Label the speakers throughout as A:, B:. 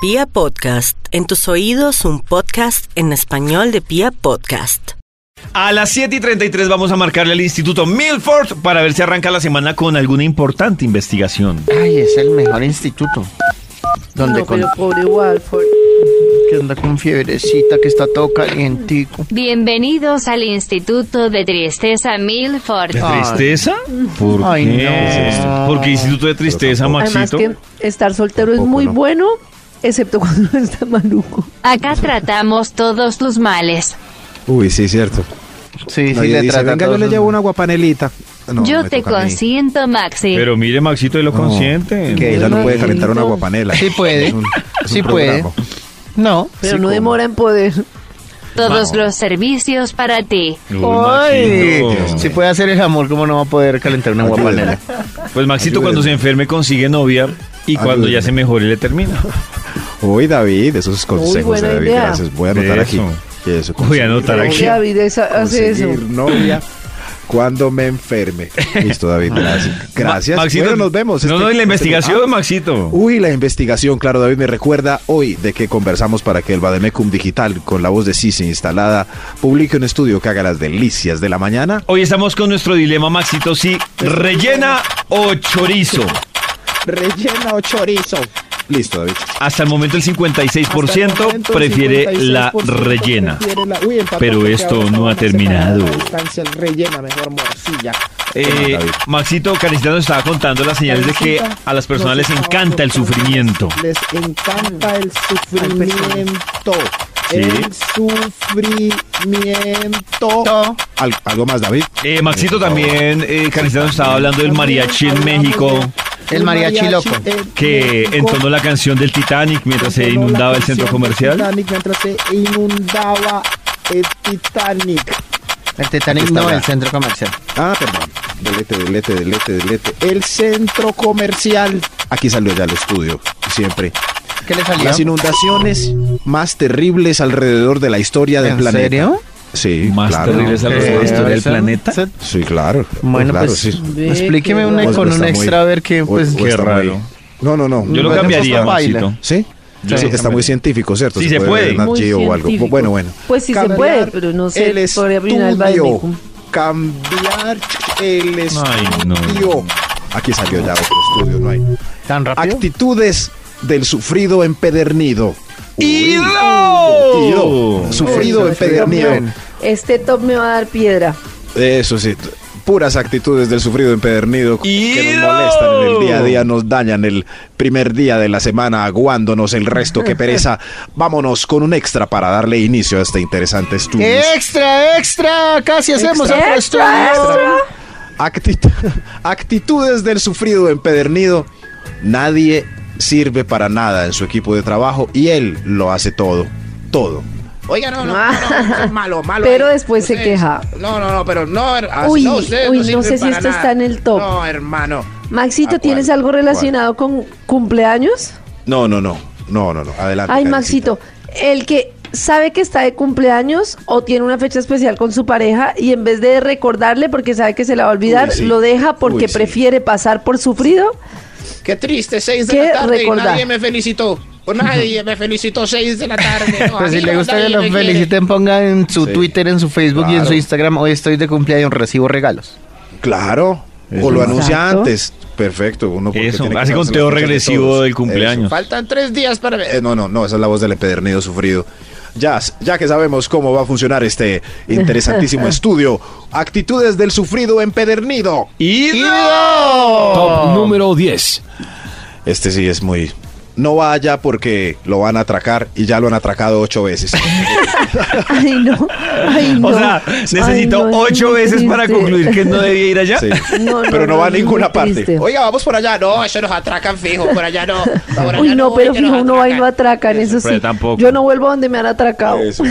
A: Pia Podcast, en tus oídos un podcast en español de Pia Podcast.
B: A las 7 y 33 vamos a marcarle al Instituto Milford para ver si arranca la semana con alguna importante investigación.
C: Ay, es el mejor instituto. Donde
D: No,
C: con,
D: pero pobre Walford.
C: que anda con fiebrecita, que está todo calientico.
E: Bienvenidos al Instituto de Tristeza Milford.
B: ¿De tristeza? ¿Por
C: Ay,
B: qué?
C: no. ¿Qué es esto?
B: ¿Por qué Instituto de Tristeza,
D: Además
B: Maxito?
D: que estar soltero es muy bueno, excepto cuando está maluco.
E: Acá tratamos todos tus males.
F: Uy, sí, cierto.
C: Sí, sí,
F: Nadie
C: le
F: dice,
C: trata
F: venga, yo
C: todo
F: le
C: eso".
F: llevo una guapanelita. No,
E: Yo
F: me
E: te
F: toca a mí.
E: consiento, Maxi.
B: Pero mire, Maxito, y lo consiente.
F: Que ella no puede calentar una guapanela.
C: Sí puede,
F: Es un- es
C: sí
F: un
C: puede.
F: programa.
C: No.
D: Pero
F: Sí,
D: no
F: ¿cómo?
D: demora en poder.
E: todos los servicios para ti.
B: Uy,
C: Ay,
B: Maxito.
C: si puede hacer el amor, ¿cómo no va a poder calentar una guapanela?
B: Pues Maxito cuando se enferme consigue novia y cuando ya
F: Ayúdeme.
B: se mejore le termina.
F: Uy, David, esos consejos
D: buena
F: de David,
D: idea.
F: gracias. Voy a anotar aquí.
B: Eso.
F: que eso,
B: Voy a anotar
D: Pero
B: aquí.
D: David esa- hace eso.
F: conseguir novia cuando me enferme. Listo, David, gracias. Gracias.
B: Ma- Maxito,
F: bueno, nos vemos.
B: No,
F: Este-
B: no, y la
F: este-
B: investigación,
F: Ah,
B: Maxito.
F: Uy, la investigación, claro, David, me recuerda hoy de que conversamos para que el Bademecum Digital, con la voz de Sisi instalada, publique un estudio que haga las delicias de la mañana.
B: Hoy estamos con nuestro dilema, Maxito, si rellena o chorizo.
G: Rellena o chorizo.
F: Listo, David.
B: Hasta el momento el 56%
G: Hasta el momento,
B: prefiere
G: 56%
B: la rellena.
G: prefiere la- Uy, empató
B: Pero
G: porque
B: esto
G: ahora
B: no ha
G: vamos a
B: terminado.
G: separar la distancia, el rellena, mejor morcilla.
B: Eh,
F: David.
B: Maxito, Karencita nos estaba contando las señales de que
G: Karencita
B: a las personas les
G: nos estaba
B: encanta el
G: contando.
B: sufrimiento.
G: Les encanta el sufrimiento.
B: Sí.
G: El sufrimiento.
F: Al- ¿Algo más, David?
B: Eh, Maxito también, eh, Karencita nos estaba hablando del mariachi en
G: Hablamos
B: México
G: de-
C: El mariachi loco.
G: en
B: que
G: México.
B: entonó la canción del Titanic mientras se
G: Entonó la
B: inundaba el
G: canción
B: centro
G: del
B: comercial.
G: Titanic mientras se inundaba el Titanic.
C: El Titanic no, el centro comercial.
F: Ah, perdón. Delete, delete, delete, delete.
G: El centro comercial.
F: Aquí salió ya el estudio, siempre.
C: ¿Qué le salió?
F: Las inundaciones más terribles alrededor de la historia del
C: ¿En
F: planeta.
C: serio?
F: Sí,
B: Más
F: claro.
B: terribles
C: Eh,
B: alrededor de la historia del
C: ¿esa?
B: planeta.
C: ¿Esa?
F: Sí, claro.
C: Bueno,
F: Claro,
C: pues
F: sí.
C: explíqueme una
F: Pues,
C: con
F: pues,
C: un
F: está muy-
C: extra a ver qué,
F: o-
C: pues...
F: o está muy-
B: raro.
F: No, no, no.
B: Yo lo
C: Bueno,
B: cambiaría,
C: eso baila.
B: Maxito.
F: ¿Sí?
B: Yo
F: Sí,
B: lo
F: está muy
B: cambiaría.
F: científico, ¿cierto?
B: Sí, se
F: puede ver
B: puede.
F: Nat
D: Muy
F: Geo o algo.
D: científico.
F: Bueno, bueno.
D: Pues sí se
G: Cambiar
D: puede, pero no sé.
G: el
D: por arruinar el
G: estudio.
D: Bademecum.
F: Cambiar el estudio.
B: Ay, no.
F: Aquí salió ya otro estudio, no hay.
C: ¿Tan rápido?
F: Actitudes del sufrido empedernido.
B: ¡Ido!
F: Ido.
D: Eso,
F: Sufrido empedernido.
D: este top me- Este top me va a dar piedra.
F: Eso sí, t- puras actitudes del sufrido empedernido que nos molestan en el día a día, nos dañan el primer día de la semana, aguándonos el resto que pereza. Vámonos con un extra para darle inicio a este interesante estudio.
C: ¡Extra, extra! Casi hacemos otro estudio.
F: Actit- actitudes del sufrido empedernido. Nadie sirve para nada en su equipo de trabajo y él lo hace todo, todo.
G: Oiga, no, no,
D: Ah.
G: no, no, malo, malo.
D: Pero
G: ahí.
D: después se queja.
G: No, no, no, pero no, her- ah,
D: Uy,
G: no, ustedes
D: uy, no
G: sirven
D: sé si
G: para
D: esto está en el top.
G: No, hermano.
D: Maxito,
F: ¿A Ah, cuál?
D: ¿tienes algo relacionado con cumpleaños?
F: No, no, no, no, no, no. Adelante.
D: Ay,
F: Karencita.
D: Maxito, el que sabe que está de cumpleaños o tiene una fecha especial con su pareja y en vez de recordarle porque sabe que se la va a olvidar,
F: Uy, sí.
D: lo deja porque
F: Uy, sí.
D: prefiere pasar por sufrido.
G: Qué triste, seis de
D: ¿Qué
G: la tarde
D: recordar?
G: y nadie me felicitó. Pues nadie me felicitó seis de la tarde. No,
C: Pues si
G: amigo,
C: le gusta que
G: nadie
C: lo
G: me quiere.
C: feliciten, pongan en su
F: Sí.
C: Twitter, en su Facebook y en su
F: Claro.
C: Instagram. Hoy estoy de cumpleaños, recibo regalos.
F: Claro. O lo
D: Exacto.
F: anuncia antes. Perfecto. Uno porque
B: Eso,
F: tiene que
B: hace
F: saberse
B: conteo
F: las fechas de
B: regresivo
F: todos.
B: del cumpleaños.
G: Faltan tres días para
F: Eso. Eh, no, no, no, esa es la voz del empedernido sufrido. Ya, ya que sabemos cómo va a funcionar este interesantísimo estudio, actitudes del sufrido empedernido.
H: Top número 10.
F: Este sí es muy... No vaya porque lo van a atracar y ya lo han atracado ocho veces.
D: Ay, no. Ay, no.
B: O sea,
D: Ay,
B: necesito
D: no, es
B: ocho
D: muy
B: veces para
D: triste.
B: concluir que no debía ir allá.
F: Sí.
D: No, no,
F: Pero no
D: no,
F: va a
D: es muy
F: ninguna
D: triste.
F: parte.
G: Oiga, vamos por allá. No, eso nos atracan fijo. Por allá no. Por allá
D: Uy, no, pero
G: que nos
D: fijo, uno va y lo
G: atracan.
D: atracan, eso
B: Pero
D: sí.
B: tampoco.
D: Yo no vuelvo a donde me han atracado.
F: Eso.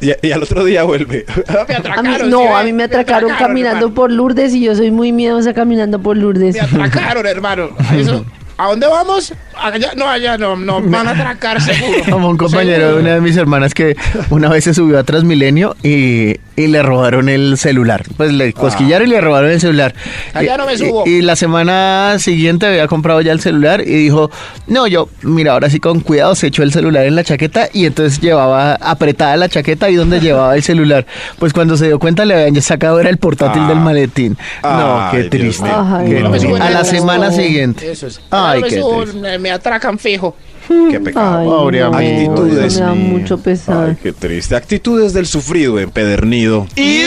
F: Y, y al otro día vuelve.
G: Me
D: A mí-
G: atracaron, sí,
D: no, a mí me atracaron
G: atracaron,
D: caminando
G: hermano.
D: por Lourdes y yo soy muy miedosa caminando por Lourdes.
G: Me atracaron, hermano. Eso,
I: ¿A dónde vamos? Allá, no, allá no, no, van a atracar seguro.
C: Como un compañero de una de mis hermanas que una vez se subió a Transmilenio y, y le robaron el celular. Pues le cosquillaron y le robaron el celular.
I: Allá
C: Y-
I: Ah, no me subo.
C: Y, y la semana siguiente había comprado ya el celular y dijo, no, yo, mira, ahora sí con cuidado se echó el celular en la chaqueta y entonces llevaba apretada la chaqueta y donde llevaba el celular. Pues cuando se dio cuenta le habían sacado era el portátil
F: Ah.
C: del maletín. no,
F: Ay,
C: qué
F: Dios
C: triste.
F: mío.
D: Ay,
C: qué
D: no
I: me
C: triste.
I: subo en
C: a
I: el
C: la semana
I: autobús.
C: siguiente.
I: Eso es.
C: Ay,
I: Ay, no me,
C: qué
I: subo,
C: triste.
I: me, me atracan fijo.
F: Qué pecado.
D: Ay,
C: Pobre
D: no,
C: amigo,
F: Actitudes.
D: Me da mucho pesar.
F: Ay, qué triste. Actitudes del sufrido empedernido.
B: Pues,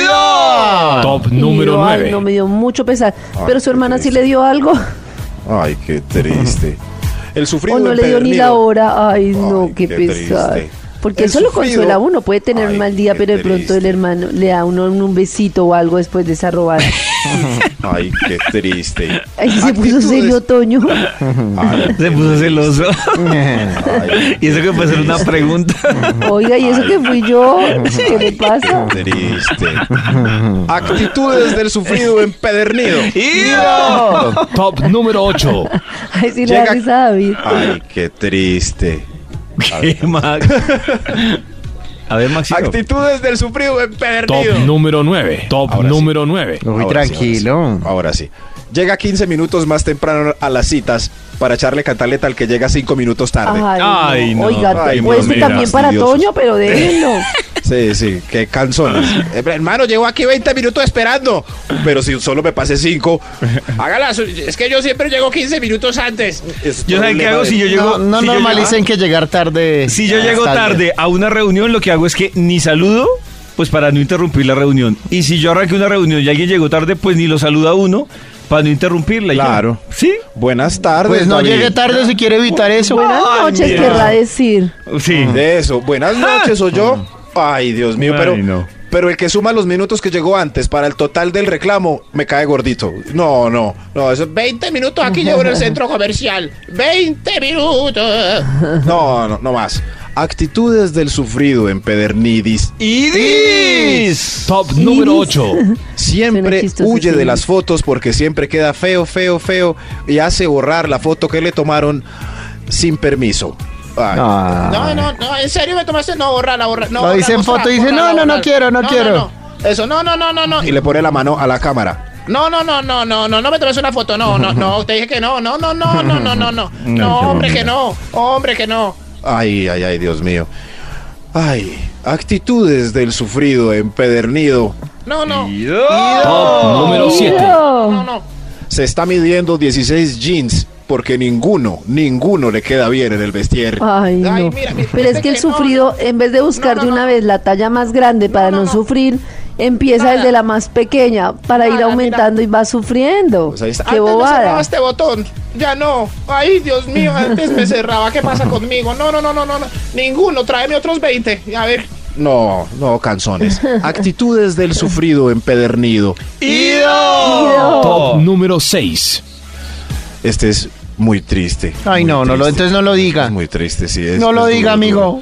H: Top
D: Y
H: número
D: yo, ay,
H: 9.
D: no, me dio mucho pesar.
F: Ay,
D: Pero su
F: Ah, qué
D: hermana sí
F: triste.
D: le dio algo.
F: Ay, qué triste. El sufrido
D: O no le dio ni la
F: empedernido.
D: hora. Ay, no,
F: Ay,
D: qué,
F: qué
D: pesar.
F: triste.
D: Porque
F: El
D: eso lo
F: sufrido.
D: consuela a uno. Puede tener
F: Ay,
D: un mal día,
F: qué
D: pero de pronto el
F: triste.
D: hermano le da a uno un besito o algo después de esa robada.
F: Ay, qué triste.
D: Ay, se puso
F: Actitudes.
D: serio Toño.
F: Ay,
B: Se
F: qué
B: puso
F: triste.
B: celoso.
F: Ay,
B: Y eso que puede ser una pregunta.
D: Oiga, ¿y eso que fui yo? ¿Qué le pasa?
F: qué triste. Actitudes del sufrido empedernido.
B: ¡Ido!
H: Top número 8.
D: Ay, sí le da
F: Llega-
D: risa a David.
F: Ay, qué triste.
B: ¿Qué, Max? A ver, Maxito.
F: Actitudes del sufrido
H: Top
F: empedernido.
H: número 9. Top
F: Ahora sí.
H: número 9.
C: Uy,
F: Ahora sí,
C: tranquilo.
F: Ahora sí. Llega 15 minutos más temprano a las citas para echarle cantaleta al que llega 5 minutos tarde.
D: Ay,
B: Ay, no.
D: Oiga,
F: Ay,
D: pues
F: no, mira,
D: también para
F: fastidiosos.
D: Toño, pero déjenlo.
F: Sí, sí, qué canzones. Eh, hermano, llevo aquí 20 minutos esperando. Pero si solo me pasé 5,
I: Hágala, su- es que yo siempre llego 15 minutos antes.
B: Yo saben qué hago si yo llego.
C: no no
B: si yo
C: normalicen que llegar tarde.
B: llego- si yo
C: está
B: llego
C: bien.
B: tarde a una reunión, lo que hago es que ni saludo, pues para no interrumpir la reunión. Y si yo arranqué una reunión y alguien llegó tarde, pues ni lo saluda uno para no interrumpirla. y ya.
F: Claro.
B: ¿Sí?
F: Buenas tardes.
C: Pues no
F: David.
C: llegue tarde si quiere evitar eso.
D: Buenas
B: Ay,
D: noches,
B: mira.
D: querrá decir.
B: Sí. Ah. Mm.
F: De eso. Buenas noches, soy yo. Ay, Dios mío,
B: Ay,
F: pero.
B: no.
F: Pero el que suma los minutos que llegó antes para el total del reclamo me cae gordito. No, no, no, eso,
I: 20 minutos aquí llevo en el centro comercial. 20 minutos.
F: no, no, no más. Actitudes del sufrido empedernidis.
B: ¡Idis!
H: Top número 8.
F: Siempre
D: Suena chistoso,
F: huye
D: sí.
F: de las fotos porque siempre queda feo, feo, feo y hace borrar la foto que le tomaron sin permiso. Ay,
C: Ah.
I: No, no, no, en serio me tomaste. No, borrala, borra. No,
C: Lo
I: borra,
C: dice en
I: borra,
C: foto y dice,
I: borra,
C: no, no, no
I: borra.
C: quiero, no quiero.
I: Eso, no, no, no, no, no.
F: Y le pone la mano a la cámara.
I: No, no, no, no, no, no, no me tomes una foto, no, no, no, te dije que no, no, no, no, no, no, no, no, no, hombre que no, hombre que no.
F: Ay, ay, ay, Dios mío. Ay, actitudes del sufrido empedernido.
I: No, no.
H: Top número 7.
D: Oh.
I: No, no.
F: Se está midiendo 16 jeans porque ninguno, ninguno le queda bien en el vestir.
D: Ay, no.
I: Ay, mira, mira,
D: Pero es
I: este
D: que el
I: que no,
D: sufrido, en vez de buscar
I: No, no,
D: de una
I: no.
D: vez la talla más grande para no,
I: no, no.
D: sufrir, empieza
I: Nada.
D: desde la más pequeña para ir
I: Nada,
D: aumentando y va sufriendo.
F: Pues ahí está.
D: ¡Qué
I: Antes me
D: bobada!
I: cerraba este botón, ya no. Ay, Dios mío, antes me cerraba, ¿qué pasa conmigo? No, no, no, no, no, no. ninguno, tráeme otros 20, a ver.
F: No, no, canzones. Actitudes del sufrido empedernido.
B: Oh.
H: Top número 6.
F: Este es muy triste.
C: Ay,
F: muy
C: no, no lo,
F: triste.
C: entonces no lo diga.
F: Es muy triste, sí. Es,
C: no lo
F: es
C: diga,
F: duro,
C: amigo.
F: duro.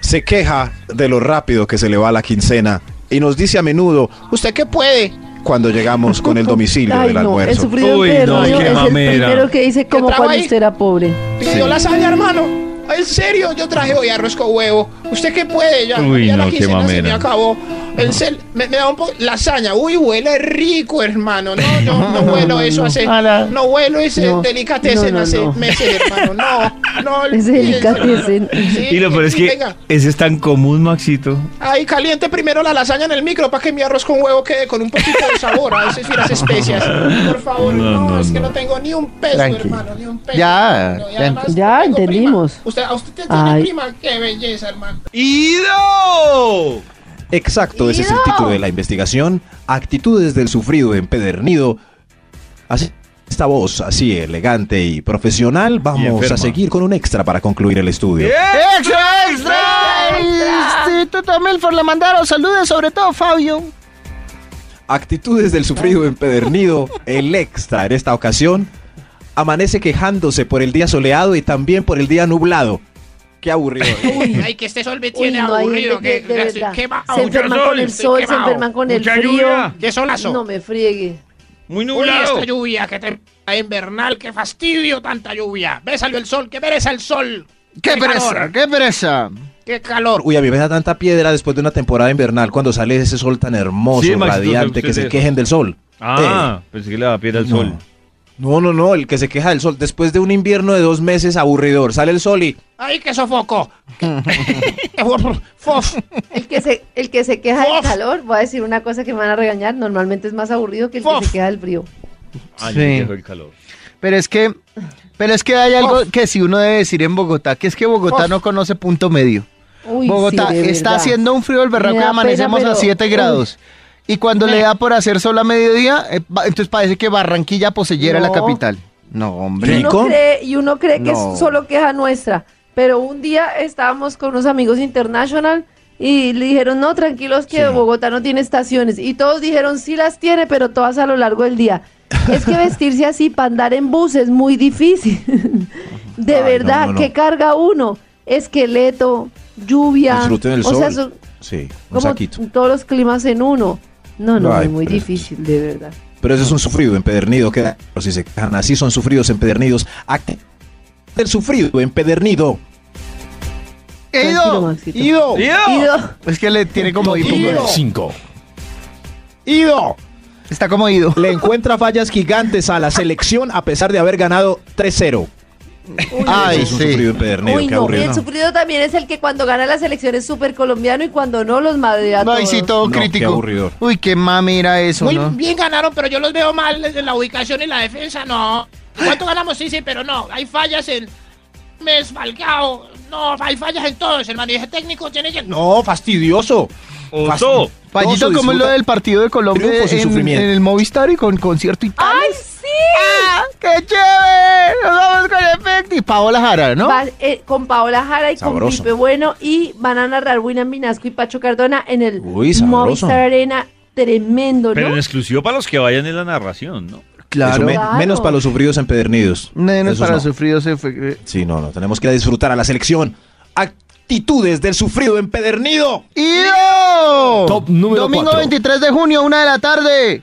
F: Se queja de lo rápido que se le va la quincena y nos dice a menudo
I: ¿Usted qué puede?
F: cuando llegamos con el domicilio
D: Ay,
F: del
D: no, el
F: almuerzo.
D: sufrido
B: Uy, no,
D: empedernido
B: qué
D: es el
B: mamera.
D: primero que dice como
I: trago
D: cuando
I: ahí?
D: usted era pobre.
I: Pidió lasaña, hermano. Ah, En serio, yo traje hoy arroz con huevo. ¿Usted qué puede? Ya,
B: Uy,
I: ya
B: no,
I: la
B: qué
I: quincena se me
B: mamera.
I: acabó. En serio, me, me da un poco... Lasaña, uy, huele rico, hermano. No, yo no huelo eso hace...
C: Ala.
I: No huelo ese
D: No,
I: delicatessen
D: no, no,
I: hace
D: no.
I: meses, hermano. No, no.
D: Ese delicatessen.
I: Sí,
B: Y lo peor es
I: sí,
B: que
I: venga.
B: ese es tan común, Maxito.
I: Ay, caliente primero la lasaña en el micro para que mi arroz con huevo quede con un poquito de sabor. A veces y las especias. Por favor, no, es que no tengo ni un peso,
C: Tranqui.
I: hermano, ni un peso.
C: Ya,
I: No, y
C: ya
I: además
D: ent- ya
I: no tengo prima.
D: entendimos.
I: Usted, a usted tiene
D: Ay.
I: prima, qué belleza, hermano.
B: ¡Ido!
F: Exacto, ese es el título de la investigación. Actitudes del sufrido empedernido. Así, esta voz así elegante y profesional. Vamos
B: enferma.
F: a seguir con un extra para concluir el estudio.
C: ¡Extra, extra! Instituto Milford le mandaron saludos, sobre todo Fabio.
F: Actitudes del sufrido empedernido, el extra en esta ocasión. Amanece quejándose por el día soleado y también por el día nublado. Qué aburrido.
I: Ay, que este sol me
D: Uy,
I: tiene
D: no, hay
I: aburrido.
D: gente que,
I: que-
D: de
I: que-
D: verdad,
I: quemao,
D: se
I: yo
D: enferman
I: soy,
D: con el
I: estoy
D: sol, se
I: quemao.
D: enferman con el
B: Mucha
D: frío.
B: lluvia.
I: Qué solazo.
D: No me friegue.
B: Muy
I: Uy,
B: nublado.
I: esta lluvia, qué temporada invernal, qué fastidio tanta lluvia. Ve salió el sol, qué pereza el sol.
C: ¡Qué
I: calor,
C: pereza! ¡Qué pereza!
I: qué calor.
F: Uy, a mí me da tanta piedra después de una temporada invernal cuando sale ese sol tan hermoso,
B: Sí, Maxito,
F: radiante, que
B: usted-
F: se quejen del sol.
B: Ah, pensé que le daba piedra al
F: no.
B: sol.
F: No, no, no, el que se queja del sol. Después de un invierno de dos meses aburridor, sale el sol y...
I: ¡Ay, qué sofoco! ¡Fof!
D: El que se, el que se queja del
I: Uf.
D: calor, voy a decir una cosa que me van a regañar, normalmente es más aburrido que el que
I: Uf.
D: se queja del frío.
B: Ah,
C: Sí.
B: yo quejo el calor.
C: Pero es que, pero es que hay algo que si uno debe decir en Bogotá, que es que Bogotá no conoce punto medio.
D: Uy, sí,
C: Bogotá
D: de
C: está
D: verdad.
C: haciendo un frío el berraco
D: Me
C: y
D: da
C: amanecemos
D: pena,
C: a
D: pero-
C: 7 grados. Y cuando le da por hacer sol a mediodía, eh, pa- entonces parece que Barranquilla poseyera la
D: No.
C: capital. No,
D: Y
C: hombre.
D: uno
F: ¿Rico?
D: cree, y uno cree que
C: No.
D: es solo queja nuestra. Pero un día estábamos con unos amigos international y le dijeron, no, tranquilos que Bogotá no tiene estaciones. Y todos dijeron, sí las tiene, pero todas a lo largo del día. Es que vestirse así para andar en bus es muy difícil. De
F: Ay, no,
D: verdad,
F: no, no.
D: que carga uno? Esqueleto, lluvia.
F: Disfruten el
D: o sea,
F: sol.
D: son
F: Sí, un
D: como
F: saquito.
D: todos los climas en uno. No, no,
F: Ay,
D: es muy
F: pero-
D: difícil, de verdad.
F: Pero eso es un sufrido empedernido. Que, pero si se quejan así, son sufridos empedernidos. Aquí, el sufrido empedernido.
C: ¡He
D: Tranquilo,
C: ido!
D: Maxito.
F: ¡Ido!
I: Oh.
D: Ido.
C: Es que le tiene como
F: Ido.
C: ido.
H: 5.
F: ¡Ido!
C: Está como ido.
F: Le encuentra fallas gigantes a la selección a pesar de haber ganado 3-0.
C: Ay,
F: Eso es un sufrido
C: sí.
F: empedernido.
D: Uy,
F: qué
D: no, y
F: aburrido.
D: el sufrido también es el que cuando gana la selección es súper colombiano y cuando no los madrea a
C: Ay,
D: todos.
C: sí, todo
F: No, qué
C: crítico.
F: aburridor.
C: Uy, qué mami era eso,
I: Muy
C: ¿no?
I: bien ganaron, pero yo los veo mal en la ubicación y la defensa, no. ¿Cuánto ganamos? Sí, sí, pero no. Hay fallas en Mes Falcao. No, hay fallas en todos. El manejo técnico tiene que.
F: No, fastidioso. Fas-
B: Oso.
C: Payito,
F: Todo
C: como
F: disfruta-
C: lo del partido de Colombia
F: Triunfos y
C: en,
F: sufrimiento.
C: en el Movistar y con concierto y tal. ¡Ah,
D: ¡Ay, sí!
C: ¡Qué chévere! ¡Nos vamos con Efecti! Y Paola Jara, ¿no?
D: Va, eh, con Paola Jara y con
F: Sabroso.
D: Pipe Bueno y van a narrar Winam Minasco y Pacho Cardona en el
F: Uy, sabroso.
D: Movistar Arena. Tremendo,
B: Pero en
D: ¿no?
B: exclusivo para los que vayan en la narración, ¿no?
F: Eso me-
D: Claro.
F: Menos para los sufridos empedernidos.
C: Menos
F: Esos
C: para
F: no.
C: sufridos. efe- eh.
F: Sí, no, no. Tenemos que disfrutar a la selección. Actitudes del sufrido empedernido.
C: ¡Ido!
H: Top número
C: Domingo
H: cuatro.
C: 23 de junio, una de la tarde.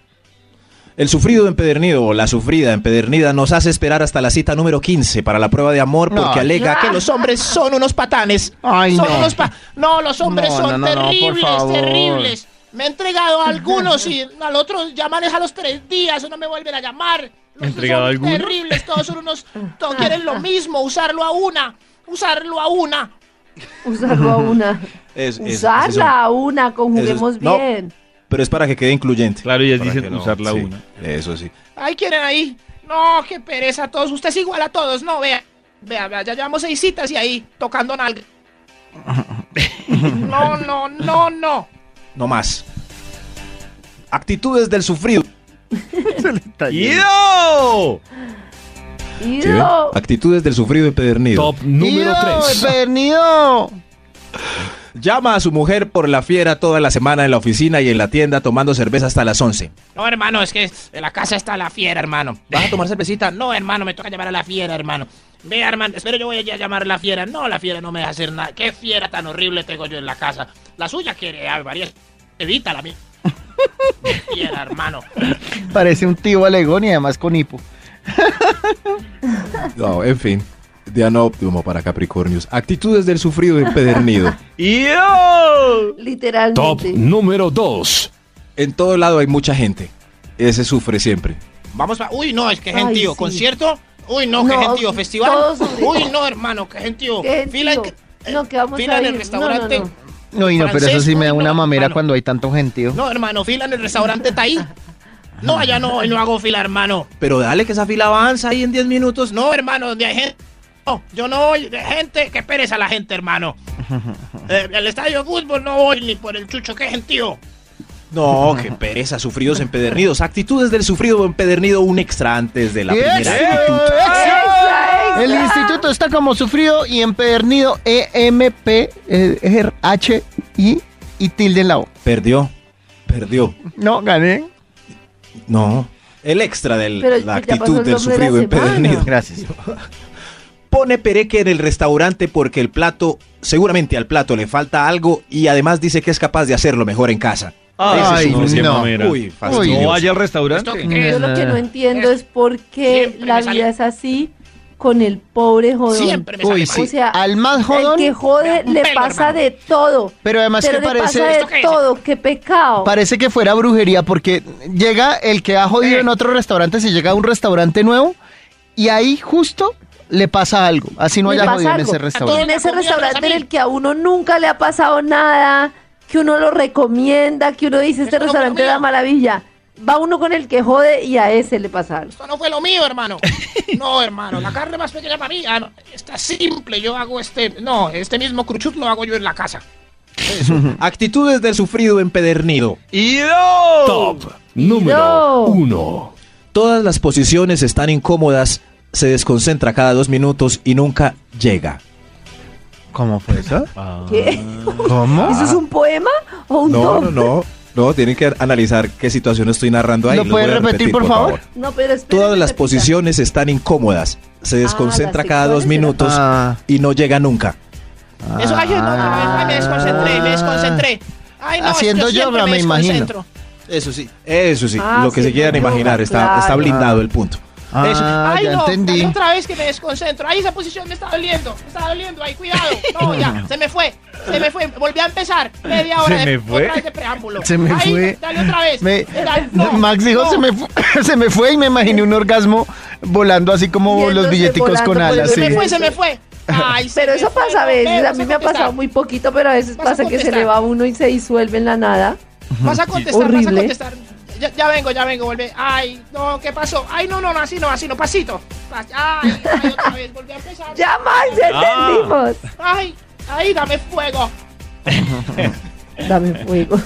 F: El sufrido empedernido o la sufrida empedernida nos hace esperar hasta la cita número 15 para la prueba de amor
C: No.
F: porque alega que
I: Que los hombres son unos patanes.
C: Ay,
I: son
C: no.
I: unos pa- No, los hombres
C: No,
I: son
C: no, no, no, por
I: terribles,
C: favor.
I: terribles. Me he entregado a algunos y al otro ya maneja los tres días, uno me vuelven a llamar. Los
B: entregado
I: son
B: a alguno?
I: terribles, todos son unos, todos quieren lo mismo, usarlo a una, usarlo a una.
D: Usarlo a una.
F: Es- es-
D: Usarla
F: es eso.
D: a una, conjuguemos
F: Eso es- no.
D: bien.
F: Pero es para que quede incluyente.
B: Claro, ellas
F: Para
B: dicen
F: que no-
B: usar la
F: sí,
B: una.
F: Eso sí.
I: Ay, quieren ahí. No, qué pereza todos. Usted es igual a todos. No, vea. Vea, vea, ya llevamos seis citas y ahí tocando nalga. No, no, no, no.
F: No más. Actitudes del sufrido.
B: ¡Ido!
F: ¿Sí ven?
D: Ido.
F: Actitudes del sufrido empedernido.
H: Top número
C: ¡Ido,
H: 3.
C: empedernido!
F: Llama a su mujer por la fiera toda la semana en la oficina y en la tienda tomando cerveza hasta las 11.
I: No, hermano, es que en la casa está la fiera, hermano. ¿Vas a tomar cervecita? No, hermano, me toca llamar a la fiera, hermano. Vea, hermano, espero yo voy a llamar a la fiera. No, la fiera no me deja hacer nada. Qué fiera tan horrible tengo yo en la casa. La suya quiere, ah, María, evita la mía. Fiera, hermano.
C: Parece un tío alegón y además con hipo.
F: No, en fin. Día no óptimo para Capricornios. Actitudes del sufrido empedernido.
B: ¡Ido!
H: Top
D: Literalmente.
H: número 2.
F: En todo lado hay mucha gente. Ese sufre siempre.
I: Vamos pa- Uy, no, es que
D: Ay,
I: gentío.
D: sí.
I: ¿Concierto? Uy, no, qué
D: No,
I: gentío. ¿Festival?
D: todos unidos.
I: Uy, no, hermano, qué gentío.
D: ¿Qué
I: Fila en,
D: tío? no, que vamos
I: fila
D: a
I: en
D: ir.
I: el restaurante.
D: No,
I: No,
D: no,
C: Uy, no, pero eso sí me da
I: Francés, uy,
C: una
I: no,
C: mamera
I: hermano.
C: cuando hay tanto gentío.
I: hermano, fila en el restaurante Taí. No, allá no, hoy no hago fila, hermano.
F: Pero dale que esa fila avanza ahí en 10 minutos.
I: No, hermano, donde hay gente. No, yo no voy. De gente, qué pereza la gente, hermano. Eh, al estadio de fútbol no voy ni por el chucho, qué gentío.
F: No, qué pereza, sufridos empedernidos. Actitudes del sufrido empedernido, un extra antes de la
C: ¡Eso!
F: primera. actitud.
D: no.
C: El instituto está como sufrido y empedernido E eh, E-M-P-R-H-I y tilde en la O.
F: Perdió, perdió.
C: No, gané.
F: No. El extra de
D: Pero
F: la
D: ya pasó
F: actitud
D: el nombre de
F: del
D: la
F: sufrido
D: semana.
F: empedernido.
C: Gracias.
F: Pone pereque en el restaurante porque el plato, seguramente al plato le falta algo y además dice que es capaz de hacerlo mejor en casa.
C: Ay,
B: no, qué
C: no.
B: mamera.
F: Uy,
C: Uy,
B: no
F: fastidio.
B: vaya al restaurante.
I: ¿Esto qué es?
D: Yo lo que no entiendo
I: Es-
D: es por qué
I: Siempre
D: la
I: me sale-
D: vida es así con el pobre jodón.
I: Siempre me sale
C: Uy,
I: mal.
C: sí.
D: O sea,
C: Al más
D: El
C: jodón,
D: que jode
I: Un
D: le
I: pelo,
D: pasa
I: hermano.
D: de todo.
C: pero además
D: Pero
C: que
D: le pasa
C: parece,
I: ¿Esto qué
D: de
I: es?
D: todo, qué pecado.
C: parece que fuera brujería, porque llega el que ha jodido
I: Eh.
C: en otro restaurante, se llega a un restaurante nuevo y ahí justo le pasa algo. Así no
D: Le
C: haya
D: pasa
C: jodido en
D: algo.
C: ese
I: A
D: en
C: restaurante.
I: todos.
D: ese
I: Comida,
D: restaurante en
I: Rosamil.
D: el que a uno nunca le ha pasado nada, que uno lo recomienda, que uno dice este
I: Eso no me
D: restaurante es
I: comía.
D: la maravilla. Va uno con el que jode y a ese le pasa algo.
I: Esto no fue lo mío, hermano. No, hermano, la carne más pequeña para mí. Ah, no, está simple, yo hago este. No, este mismo cruchut lo hago yo en la casa.
F: Actitudes del sufrido empedernido.
H: Top número
D: No.
H: 1.
F: Todas las posiciones están incómodas, se desconcentra cada dos minutos y nunca llega.
C: ¿Cómo fue eso?
D: ¿Qué?
C: Ah. ¿Cómo?
D: ¿Eso es un poema o un
F: No,
D: top?
F: no, no. No, tienen que analizar qué situación estoy narrando ahí.
C: ¿Lo
F: Los
C: puedes
F: voy a
C: repetir, por favor?
D: No, pero espérenme,
F: Todas las
D: repita.
F: posiciones están incómodas, se desconcentra
D: las
F: cada dos
D: sexuales eran-
F: minutos
C: Ah.
F: y no llega nunca.
I: Eso, ay, no, no, no, ay, me desconcentré, me desconcentré. Ay, no,
C: Ah. Haciendo
I: yo siempre
C: yoga, me imagino.
I: desconcentro.
F: Eso sí. Eso sí,
D: Ah,
F: lo que
D: sí,
F: se quieran
D: no,
F: imaginar, está, está
D: claro.
F: blindado el punto.
C: Ah,
F: Eso.
I: Ay,
C: ya
I: no,
C: entendí.
I: dale otra vez que me desconcentro. Ay, esa posición me está doliendo, me está doliendo. Ay, cuidado. No, ya, se me fue, se me fue. Volví a empezar. Media hora
B: Se
I: de,
B: me fue.
I: otra vez de preámbulo.
C: Se me
I: Ay,
C: fue.
I: Dale otra vez.
C: Me-
I: Dale, no,
C: Max dijo,
I: no.
C: se, me fu- se me fue y me imaginé un orgasmo volando así como
D: Yéndose
C: los billeticos
D: volando
C: con
D: por el
C: alas.
I: Se me
C: sí.
I: fue, se me fue. Ay, se
D: Pero
I: me
D: eso
I: fue,
D: pasa a
I: no,
D: veces,
I: Pedro,
D: a mí
I: vas
D: me ha
I: contestar.
D: pasado muy poquito, pero a veces
I: Vas a
D: pasa que se
I: contestar.
D: le va a uno y se disuelve en la nada.
I: Vas a contestar, vas a
D: Horrible.
I: contestar. Ya, ya vengo, ya vengo, vuelve. Ay, no, ¿qué pasó? Ay, no, no, no, así no, así no, pasito. Pas- Ay, ay, otra vez, volví a empezar.
D: Ya, Max, ya
B: Ah.
D: entendimos.
I: Ay, ay, dame fuego.
D: Dame fuego.